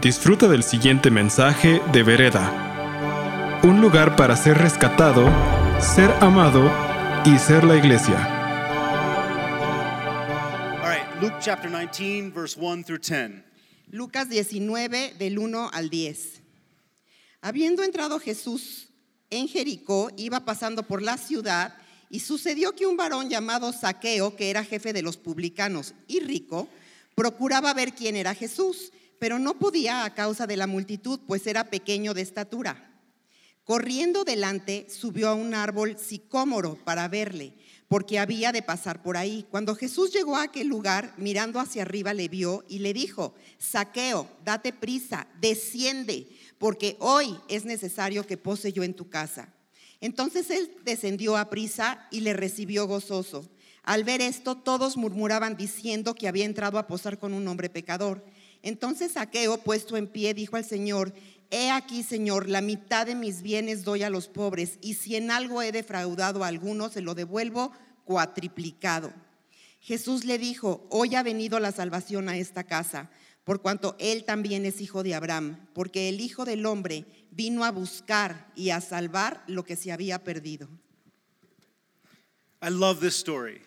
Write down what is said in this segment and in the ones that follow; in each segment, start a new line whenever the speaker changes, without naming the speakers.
Disfruta del siguiente mensaje de Vereda. Un lugar para ser rescatado, ser amado y ser la iglesia.
All right, Luke chapter 19, verse 1 through 10.
Lucas 19, del 1 al 10. Habiendo entrado Jesús en Jericó, iba pasando por la ciudad y sucedió que un varón llamado Saqueo, que era jefe de los publicanos y rico, procuraba ver quién era Jesús, pero no podía a causa de la multitud, pues era pequeño de estatura. Corriendo delante, subió a un árbol sicómoro para verle, porque había de pasar por ahí. Cuando Jesús llegó a aquel lugar, mirando hacia arriba, le vio y le dijo, Saqueo, date prisa, desciende, porque hoy es necesario que pose yo en tu casa. Entonces él descendió a prisa y le recibió gozoso. Al ver esto, todos murmuraban diciendo que había entrado a posar con un hombre pecador. Entonces Saqueo, puesto en pie, dijo al Señor, He aquí, Señor, la mitad de mis bienes doy a los pobres, y si en algo he defraudado a alguno, se lo devuelvo cuatriplicado. Jesús le dijo, hoy ha venido la salvación a esta casa, por cuanto él también es hijo de Abraham, porque el Hijo del Hombre vino a buscar y a salvar lo que se había perdido.
I love this story.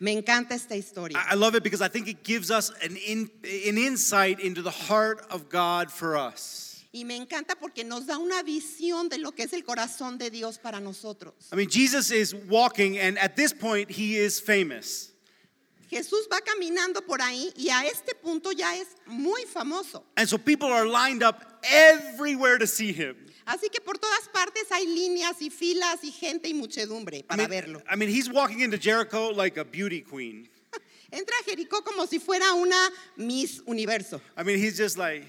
Me encanta esta historia.
I I love it because I think it gives us an, in, an insight into the heart of God for us.
Y me encanta porque nos da una visión de lo que es el corazón de Dios para nosotros.
I mean, Jesus is walking, and at this point, he is famous.
Jesús va caminando por ahí y a este punto ya es muy famoso.
And so people are lined up everywhere to see him.
Así que por todas partes hay líneas y filas y gente y muchedumbre
I
para
mean,
verlo.
I mean, he's walking into Jericho like a beauty queen.
Entra a Jericó como si fuera una Miss Universo.
I mean, he's just like.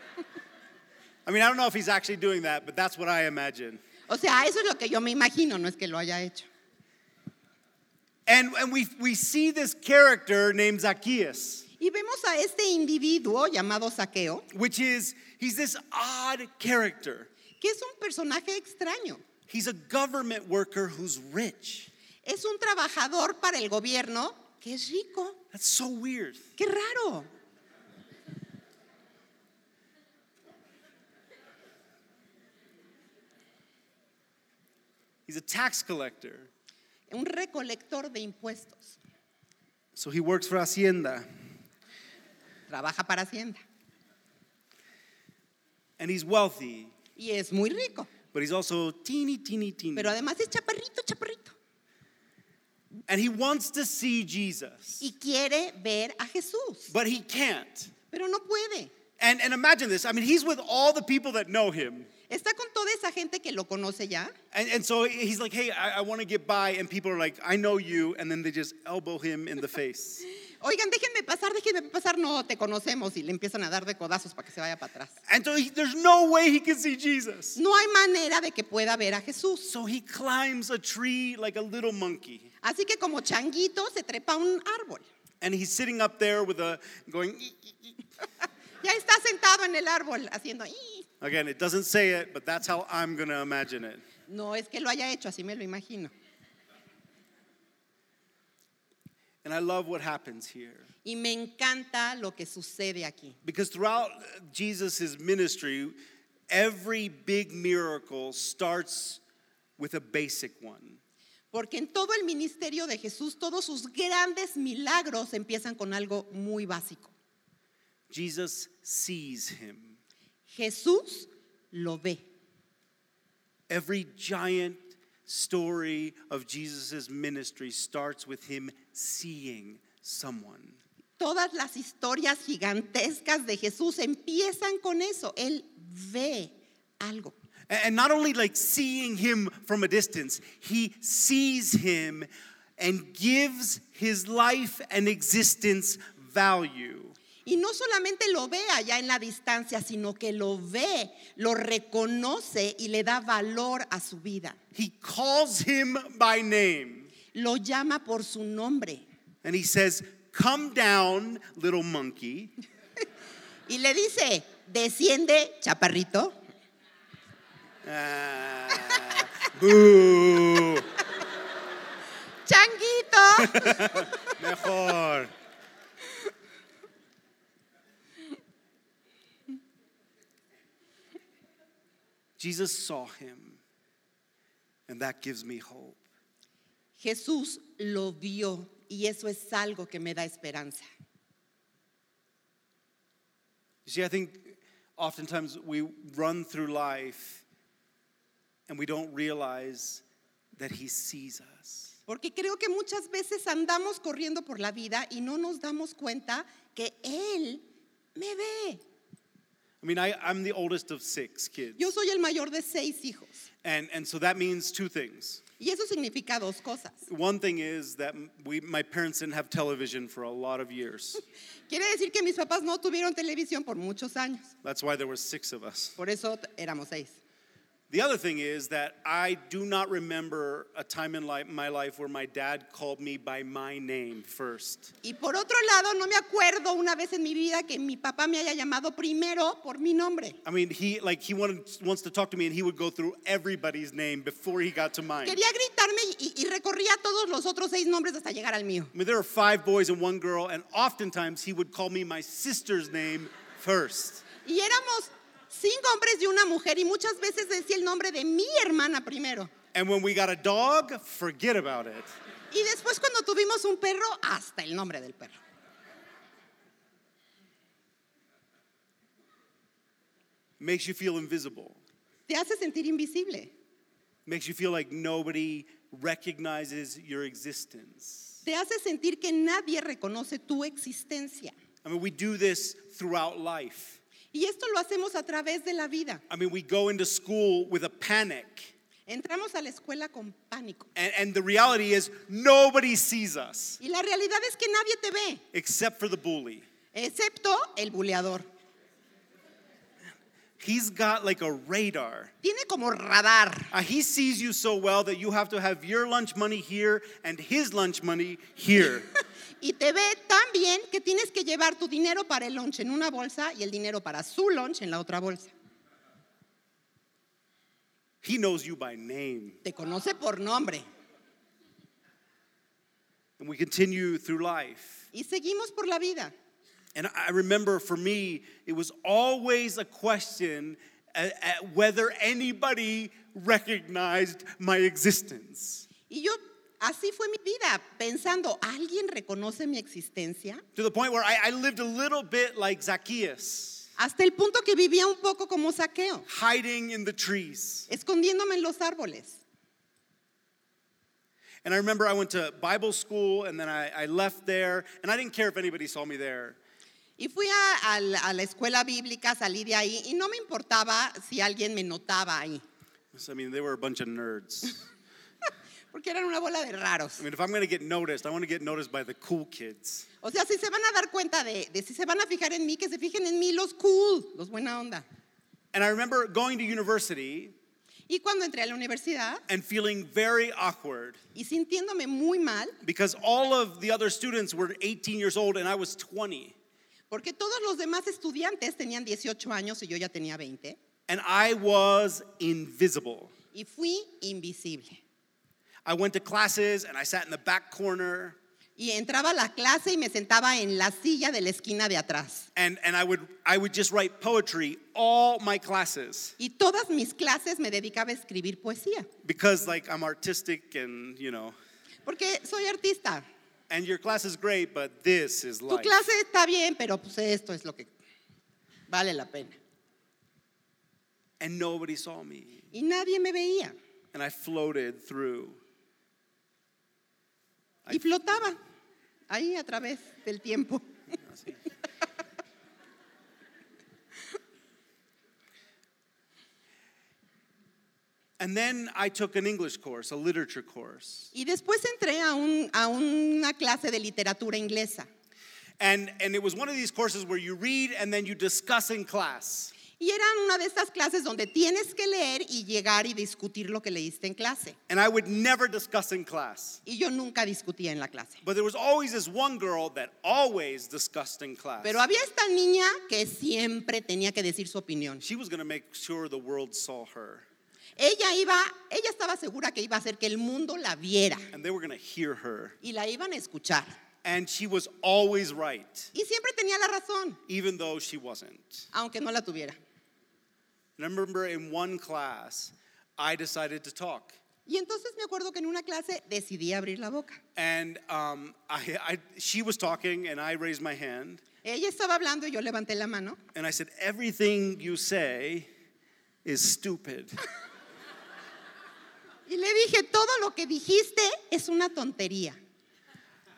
I mean, I don't know if he's actually doing that, but that's what I imagine.
O sea, eso es lo que yo me imagino, no es que lo haya hecho.
And, and we, we see this character named Zacchaeus,
Y vemos a este individuo llamado Saqueo,
which is, he's this odd character.
que es un personaje extraño.
He's a government worker who's rich.
Es un trabajador para el gobierno que es rico.
That's so weird.
¡Qué raro!
He's a tax collector.
Un recolector de impuestos.
So he works for Hacienda,
Trabaja para Hacienda.
and he's wealthy,
Y es muy rico.
but he's also teeny, teeny, teeny.
Pero además es chaparrito, chaparrito.
And he wants to see Jesus,
Y quiere ver a Jesús.
but he can't.
Pero no puede.
And, and imagine this. I mean, he's with all the people that know him.
Está con toda esa gente que lo conoce ya.
And, and so he's like, hey, I, I want to get by. And people are like, I know you. And then they just elbow him in the face.
Oigan, déjenme pasar, déjenme pasar. No, te conocemos. Y le empiezan a dar de codazos para que se vaya para atrás.
And so he, there's no way he can see Jesus.
No hay manera de que pueda ver a Jesús.
So he climbs a tree like a little monkey.
Así que como changuito se trepa a un árbol.
And he's sitting up there with a going, "Ee, ee, ee."
Ya está sentado en el árbol haciendo... "Ih".
again, it doesn't say it, but that's how I'm going to imagine it.
No es que lo haya hecho, así me lo imagino.
And I love what happens here.
Y me encanta lo que sucede aquí.
Because throughout Jesus' ministry, every big miracle starts with a basic one.
Porque en todo el ministerio de Jesús, todos sus grandes milagros empiezan con algo muy básico.
Jesus sees him.
Jesús lo ve.
Every giant story of Jesus' ministry starts with him seeing someone.
Todas las historias gigantescas de Jesús empiezan con eso. Él ve algo.
A- And not only like seeing him from a distance, he sees him and gives his life and existence value.
Y no solamente lo ve allá en la distancia, sino que lo ve, lo reconoce y le da valor a su vida.
He calls him by name
Lo llama por su nombre
and he says, Come down, little monkey.
y le dice, desciende, chaparrito.
Ah, boo.
Changuito.
Mejor. Jesus saw him, and that gives me hope.
Jesús lo vio y eso es algo que me da esperanza.
You see, I think oftentimes we run through life and we don't realize that He sees us.
Porque creo que muchas veces andamos corriendo por la vida y no nos damos cuenta que Él me ve.
I mean, I, I'm the oldest of six kids,
Yo soy el mayor de seis hijos
and, and so that means two things.
y eso significa dos cosas.
One thing is that we, my parents didn't have television for a lot of years.
Quiere decir que mis papás no tuvieron televisión por muchos años,
That's why there were six of us.
por eso t- éramos seis.
The other thing is that I do not remember a time in li- my life where my dad called me by my name first.
Y por otro lado, no me acuerdo una vez en mi vida que mi papá me haya llamado primero por mi nombre.
I mean, he like he wanted wants to talk to me, and he would go through everybody's name before he got to mine. I
Quería gritarme y, y recorría todos los otros seis nombres hasta llegar al mío.
mean, there are five boys and one girl, and oftentimes he would call me my sister's name first.
Y éramos cinco hombres y una mujer y muchas veces decía el nombre de mi hermana primero.
And when we got a dog, forget about it.
Y después cuando tuvimos un perro, hasta el nombre del perro.
Makes you feel invisible.
Te hace sentir invisible.
Makes you feel like nobody recognizes your existence.
Te hace sentir que nadie reconoce tu existencia.
I mean, we do this throughout life.
Y esto lo hacemos a través de la vida.
I mean, we go into school with a panic.
Entramos a la escuela con pánico.
And, and the reality is, nobody sees us
Y la realidad es que nadie te ve,
except for the bully.
excepto el buleador.
He's got like a radar.
Tiene como radar.
Uh, he sees you so well that you have to have your lunch money here and his lunch money here.
Y te ve tan bien que tienes que llevar tu dinero para el lunch en una bolsa y el dinero para su lunch en la otra bolsa.
he knows you by name.
Te conoce por nombre.
And we continue through life.
Y seguimos por la vida.
And I remember for me, it was always a question at, at whether anybody recognized my existence.
Y yo, así fue mi vida, pensando, ¿alguien reconoce mi existencia?
To the point where I, I lived a little bit like Zacchaeus,
Hasta el punto que vivía un poco como saqueo,
hiding in the trees.
escondiéndome en los árboles.
And I remember I went to Bible school and then I, I left there, and I didn't care if anybody saw me there.
Y fui a, a la- a la escuela bíblica, salí de ahí y no me importaba si alguien me notaba ahí,
So, I mean, they were a bunch of nerds.
porque eran una bola de raros.
I mean, if I'm gonna get noticed, I wanna get noticed by the cool kids.
O sea, si se van a dar cuenta de, de si se van a fijar en mí, que se fijen en mí los cool, los buena onda.
And I remember going to university
Y cuando entré a la universidad
and feeling very awkward
y sintiéndome muy mal,
because all of the other students were 18 years old and I was 20.
porque todos los demás estudiantes tenían 18 años y yo ya tenía 20,
And I was invisible.
y fui invisible.
I went to classes and I sat in the back corner.
Y entraba a la clase y me sentaba en la silla de la esquina de atrás.
and, and I, would, I would just write poetry all my classes
Y todas mis clases me dedicaba a escribir poesía,
because like i'm artistic and you know
porque soy artista.
and your class is great but this is
Tu
life
clase está bien, pero pues esto es lo que vale la pena.
and nobody saw me
Y nadie me veía.
and i floated through
Y flotaba ahí a través del tiempo.
and then i took an english course a literature course
Y después entré a, un- a una clase de literatura inglesa.
and and it was one of these courses where you read and then you discuss in class
Y eran una de estas clases donde tienes que leer y llegar y discutir lo que leíste en clase.
and i would never discuss in class
Y yo nunca discutía en la clase.
but there was always this one girl that always discussed in class
Pero había esta niña que siempre tenía que decir su opinión.
She was going to make sure the world saw her
Ella iba, ella estaba segura que iba a hacer que el mundo la viera
and they were going to hear her.
y la iban a escuchar.
And she was always right,
Y siempre tenía la razón,
even though she wasn't.
aunque no la tuviera.
And I remember in one class, I decided to talk.
Y entonces me acuerdo que en una clase decidí abrir la boca.
And um, I, I, she was talking, and I raised my hand.
Ella estaba hablando y yo levanté la mano.
And I said, Everything you say is stupid.
Y le dije, todo lo que dijiste es una tontería.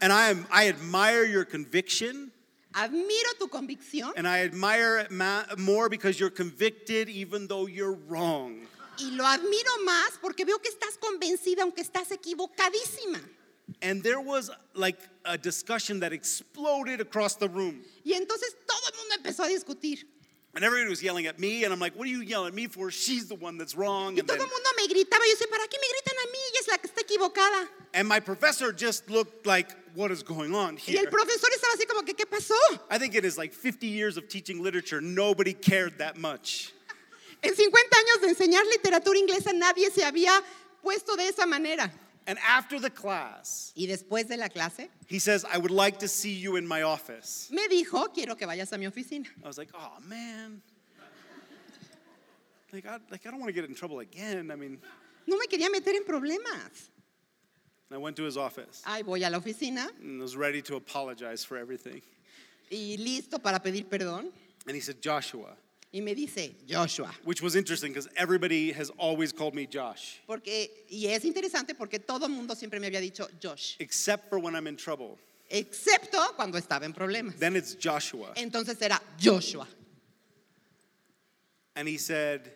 And I, am, I admire your conviction,
Admiro tu convicción
and I admire it ma- more because you're convicted even though you're wrong.
y lo admiro más porque veo que estás convencida aunque estás equivocadísima.
And there was like a discussion that exploded across the room.
Y entonces todo el mundo empezó a discutir.
And everybody was yelling at me, and I'm like, What are you yelling at me for? She's the one that's wrong.
Y
And,
todo
then,
el mundo me gritaba, yo sé, ¿para qué me gritan a mí? Ella es la que está equivocada.
and my professor just looked like, What is going on
Y el
here?
profesor estaba así como que, ¿qué pasó?
I think in his like 50 years of teaching literature, nobody cared that much.
En 50 años de enseñar literatura inglesa nadie se había puesto de esa manera.
And after the class,
Y después de la clase,
he says, I would like to see you in my office.
me dijo, quiero que vayas a mi oficina.
I was like, oh man. Like I, like, I don't want to get in trouble again. I mean,
No me quería meter en problemas.
and I went to his office
Ay, voy a la oficina
and was ready to apologize for everything.
y listo para pedir perdón.
And he said, Joshua,
Y me dice, Joshua.
which was interesting because everybody has always called me Josh,
Porque, y es interesante porque todo el mundo siempre me había dicho Josh,
except for when I'm in trouble.
excepto cuando estaba en problemas.
Then it's Joshua.
Entonces era Joshua.
And he said,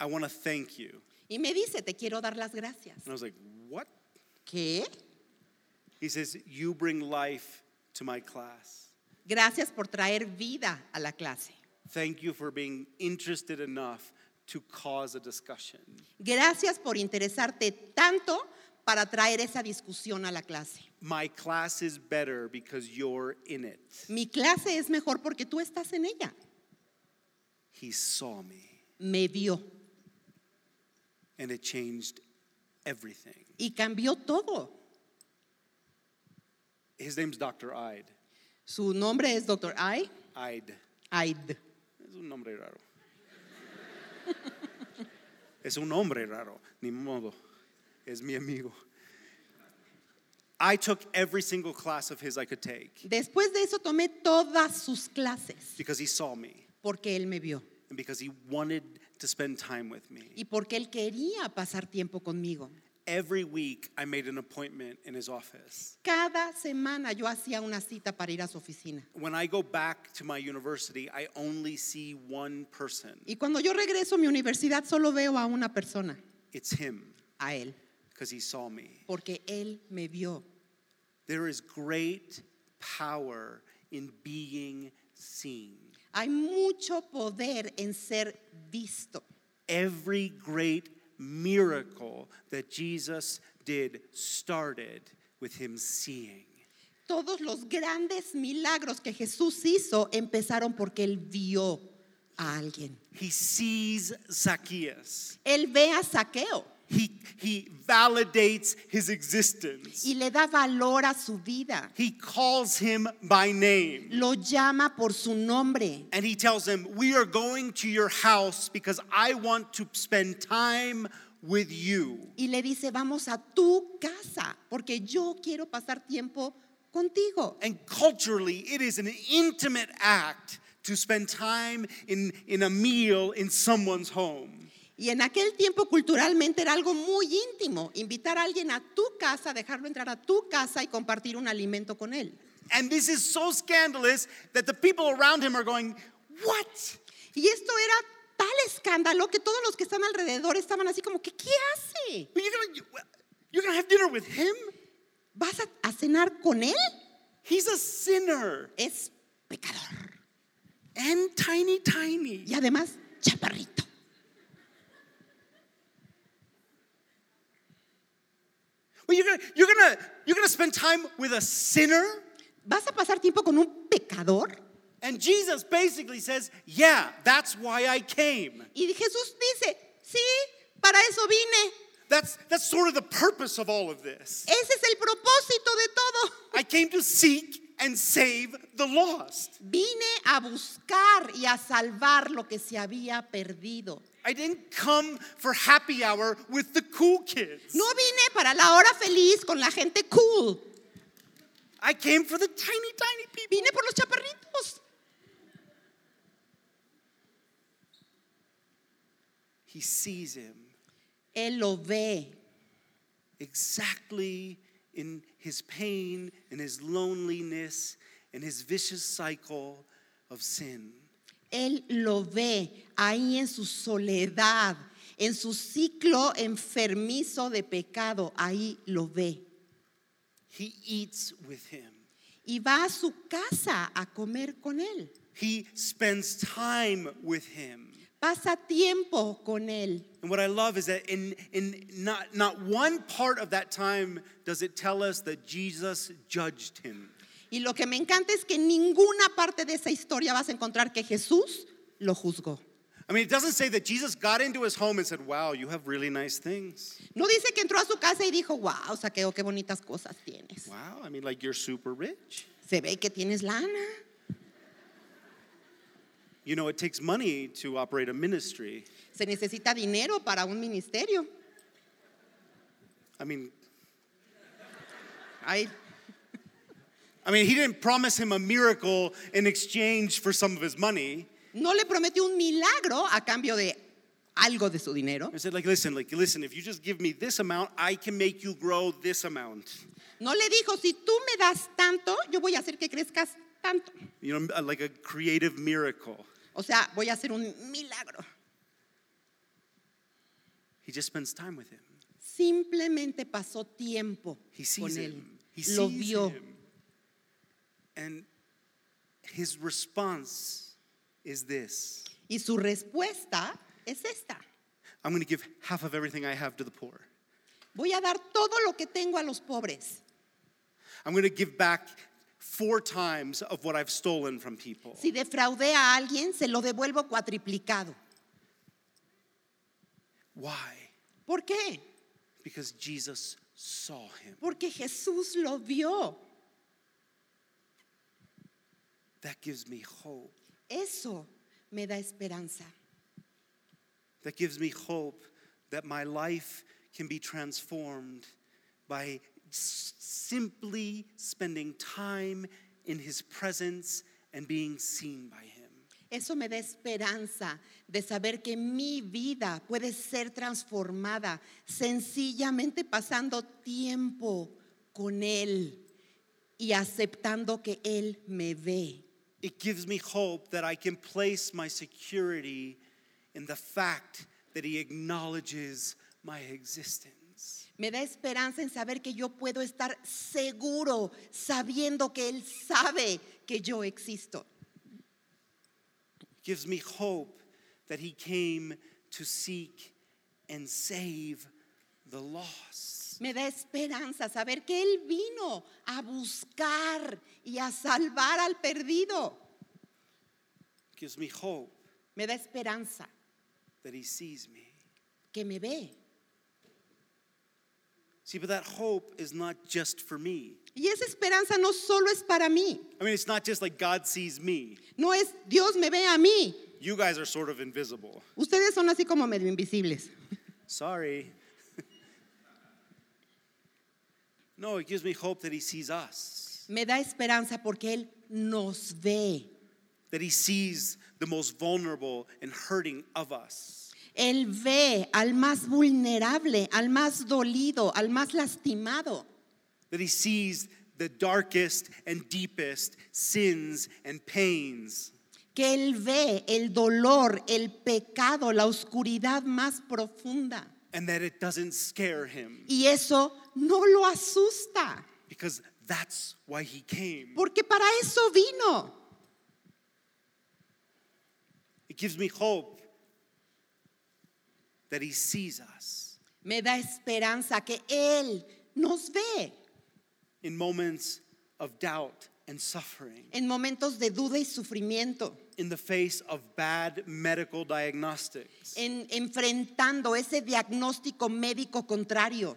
I want to thank you. And
Y me dice, te quiero dar las gracias.
I was like, what?
¿Qué?
He says, You bring life to my class.
Gracias por traer vida a la clase.
Thank you for being interested enough to cause a discussion.
Gracias por interesarte tanto para traer esa discusión a la clase.
My class is better because you're in it.
Mi clase es mejor porque tú estás en ella.
He saw me
Me vio
and it changed everything.
y cambió todo.
His name's Dr. Ide.
Su nombre es Dr. I.
Ide.
Aid.
Es un nombre raro. es un nombre raro. Ni modo. Es mi amigo. I took every single class of his I could take
Después de eso tomé todas sus clases
because he saw me
porque él me vio
and because he wanted to spend time with me.
y porque él quería pasar tiempo conmigo.
Every week, I made an appointment in his office.
Cada semana yo hacía una cita para ir a su oficina.
When I go back to my university, I only see one person.
Y cuando yo regreso a mi universidad solo veo a una persona,
It's him,
a él,
because he saw me.
porque él me vio.
There is great power in being seen.
Hay mucho poder en ser visto.
Every great miracle that Jesus did started with him seeing.
Todos los grandes milagros que Jesús hizo empezaron porque él vio a alguien.
He sees Zacchaeus.
Él ve a Saqueo
He, he validates his existence.
y le da valor a su vida.
He calls him by name.
Lo llama por su nombre
And he tells him, We are going to your house because I want to spend time with you.
y le dice, vamos a tu casa porque yo quiero pasar tiempo contigo.
And culturally, it is an intimate act to spend time in, in a meal in someone's home.
Y en aquel tiempo culturalmente era algo muy íntimo, invitar a alguien a tu casa, dejarlo entrar a tu casa y compartir un alimento con él.
And this is so scandalous that the people around him are going, What?
Y esto era tal escándalo que todos los que están alrededor estaban así como que, ¿qué hace?
You're gonna, you're gonna have dinner with him?
¿Vas a, a cenar con él?
He's a sinner
Es pecador.
and tiny, tiny.
Y además, chaparrito.
Well, you're gonna, you're gonna, you're gonna spend time with a sinner?
¿Vas a pasar tiempo con un pecador?
And Jesus basically says, Yeah, that's why I came.
Y Jesús dice, sí, para eso vine.
That's, that's sort of the purpose of all of this.
Ese es el propósito de todo.
I came to seek and save the lost.
Vine a buscar y a salvar lo que se había perdido.
I didn't come for happy hour with the cool kids.
No vine para la hora feliz con la gente cool.
I came for the tiny, tiny people.
Vine por los chaparritos.
He sees him
Él lo ve
exactly in his pain, in his loneliness, in his vicious cycle of sin.
Él lo ve ahí en su soledad, en su ciclo enfermizo de pecado, ahí lo ve.
He eats with him.
Y va a su casa a comer con él.
He spends time with him.
Pasa tiempo con él.
And what I love is that in, in not, not one part of that time does it tell us that Jesus judged him.
Y lo que me encanta es que en ninguna parte de esa historia vas a encontrar que Jesús lo juzgó.
I mean, it doesn't say that Jesus got into his home and said, Wow, you have really nice things.
No dice que entró a su casa y dijo, wow, saqueo, qué bonitas cosas tienes.
Wow, I mean, like you're super rich.
Se ve que tienes lana.
You know, it takes money to operate a ministry.
Se necesita dinero para un ministerio.
I mean,
Ay,
I mean, he didn't promise him a miracle in exchange for some of his money.
no le prometió un milagro a cambio de algo de su dinero.
He said, like, listen, like, listen, if you just give me this amount, I can make you grow this amount.
No le dijo, si tú me das tanto, yo voy a hacer que crezcas tanto.
You know, uh, like a creative miracle.
O sea, voy a hacer un milagro.
He just spends time with him.
Simplemente pasó tiempo
He sees
con
him.
él.
He
Lo
sees
vio.
him. And his response is this
Y su respuesta es esta.
I'm going to give half of everything I have to the poor.
Voy a dar todo lo que tengo a los pobres.
I'm going to give back four times of what I've stolen from people.
Si defraudé a alguien, se lo devuelvo cuatriplicado.
Why?
¿Por qué?
Because Jesus saw him.
Porque Jesús lo vio.
That gives me hope.
Eso me da esperanza.
That gives me hope that my life can be transformed by s- simply spending time in his presence and being seen by him.
Eso me da esperanza de saber que mi vida puede ser transformada sencillamente pasando tiempo con Él y aceptando que Él me ve.
It gives me hope that I can place my security in the fact that he acknowledges my existence.
Me da esperanza en saber que yo puedo estar seguro sabiendo que Él sabe que yo existo.
gives me hope that he came to seek and save the lost.
Me da esperanza saber que Él vino a buscar y a salvar al perdido.
Gives me hope
Me da esperanza
that he sees me.
que me ve.
See, but that hope is not just for me.
Y esa esperanza no solo es para mí,
I mean, it's not just like God sees me.
no es Dios me ve a mí.
You guys are sort of invisible.
Ustedes son así como medio invisibles.
Sorry. no, it gives me hope that he sees us,
Me da esperanza porque Él nos ve.
that he sees the most vulnerable and hurting of us.
Él ve al más vulnerable, al más dolido, al más lastimado.
that he sees the darkest and deepest sins and pains,
Que Él ve el dolor, el pecado, la oscuridad más profunda.
and that it doesn't scare him
Y eso no lo asusta,
because that's why he came.
porque para eso vino.
It gives me hope that he sees us
Me da esperanza que Él nos ve
in moments of doubt and suffering,
en momentos de duda y sufrimiento,
in the face of bad medical diagnostics,
en, enfrentando ese diagnóstico médico contrario,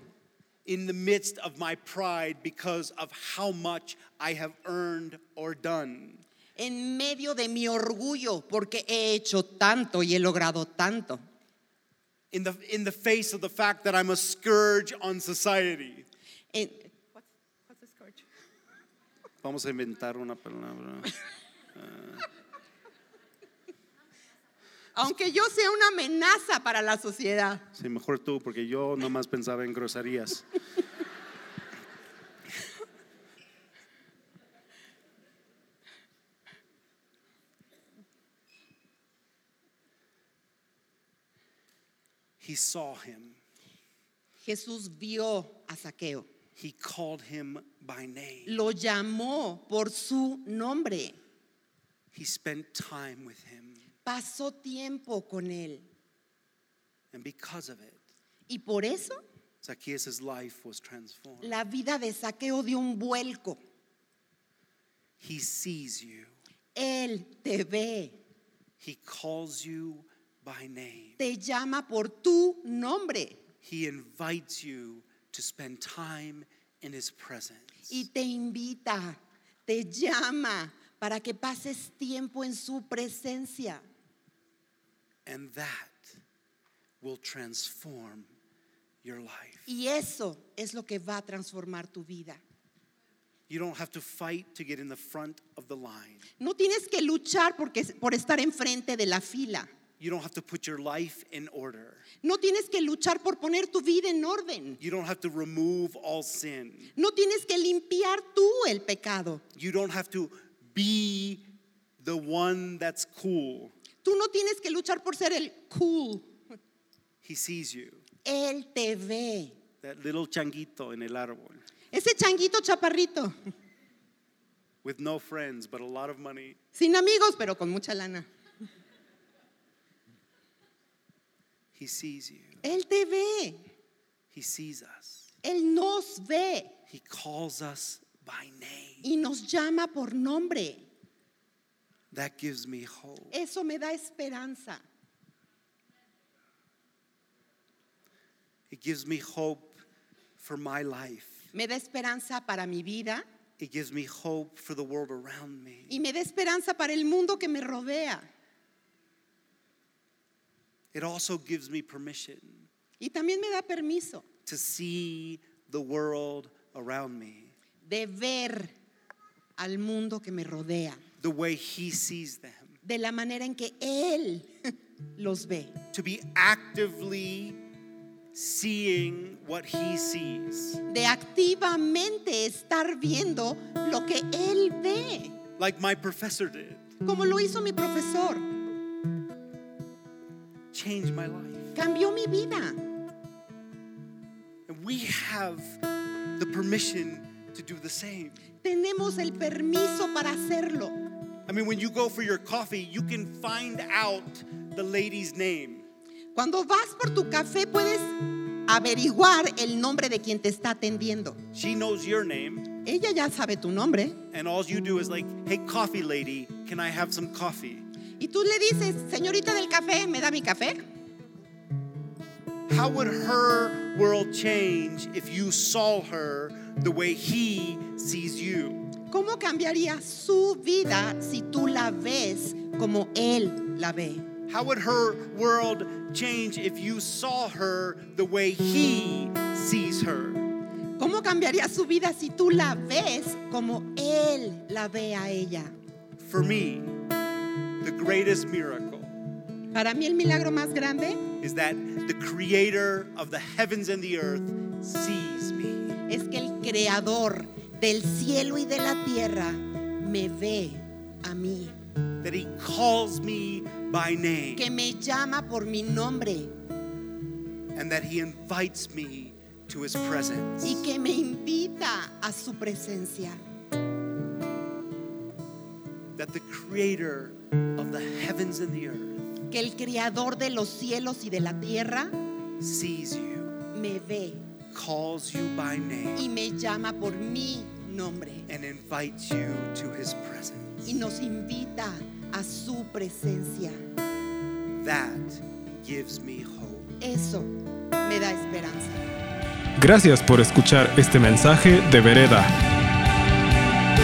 in the midst of my pride because of how much I have earned or done.
en medio de mi orgullo, porque he hecho tanto y he logrado tanto,
In the, in the face of the fact that I'm a scourge on society.
en-
What's, what's the scourge?
Vamos a inventar una palabra.
aunque yo sea una amenaza para la sociedad.
Sí, mejor tú, porque yo nomás pensaba en groserías. He saw him.
Jesús vio a Saqueo,
He called him by name.
lo llamó por su nombre,
He spent time with him.
pasó tiempo con él
And because of it,
y por eso
Zacchaeus' life was transformed.
la vida de Saqueo dio un vuelco.
He sees you.
Él te ve,
He calls you by name.
te llama por tu nombre
He invites you to spend time in his presence.
y te invita, te llama para que pases tiempo en su presencia.
And that will transform your life.
Y eso es lo que va a transformar tu vida.
You don't have to fight to get in the front of the line.
No tienes que luchar porque, por estar enfrente de la fila.
You don't have to put your life in order.
No tienes que luchar por poner tu vida en orden.
You don't have to remove all sin.
No tienes que limpiar tú el pecado.
You don't have to be the one that's cool.
Tú no tienes que luchar por ser el cool.
He sees you.
Él te ve.
That little changuito en el árbol
Ese changuito chaparrito.
with no friends but a lot of money.
Sin amigos, pero con mucha lana.
He sees you.
Él te ve.
He sees us.
Él nos ve
He calls us by name.
y nos llama por nombre.
That gives me hope.
Eso me da esperanza.
It gives me hope for my life.
Me da esperanza para mi vida
It gives me hope for the world around me.
y me da esperanza para el mundo que me rodea.
It also gives me permission
Y también me da permiso
to see the world around me
de ver al mundo que me rodea
the way He sees them,
de la manera en que Él los ve.
to be actively seeing what He sees.
De activamente estar viendo lo que Él ve,
Like my professor did,
como lo hizo mi profesor.
change my life.
Cambió mi vida.
And we have the permission to do the same.
Tenemos el permiso para hacerlo.
I mean, when you go for your coffee, you can find out the lady's name.
Cuando vas por tu café puedes averiguar el nombre de quien te está atendiendo.
She knows your name,
Ella ya sabe tu nombre
and all you do is like, hey, coffee lady, can I have some coffee?
y tú le dices, señorita del café, ¿me da mi café?
How would her world change if you saw her the way he sees you?
¿Cómo cambiaría su vida si tú la ves como él la ve?
How would her world change if you saw her the way he sees her?
¿Cómo cambiaría su vida si tú la ves como él la ve a ella?
For me, the greatest miracle
Para mí el milagro más grande
is that the creator of the heavens and the earth sees me.
es que el creador del cielo y de la tierra me ve a mí,
that he calls me by name
que me llama por mi nombre
and that he invites me to his presence.
y que me invita a su presencia.
That the creator of the heavens and the earth
Que el creador de los cielos y de la tierra
sees you,
me ve
calls you by name,
y me llama por mi nombre
and invites you to his presence.
y nos invita a su presencia.
That gives me hope.
Eso me da esperanza.
Gracias por escuchar este mensaje de Vereda.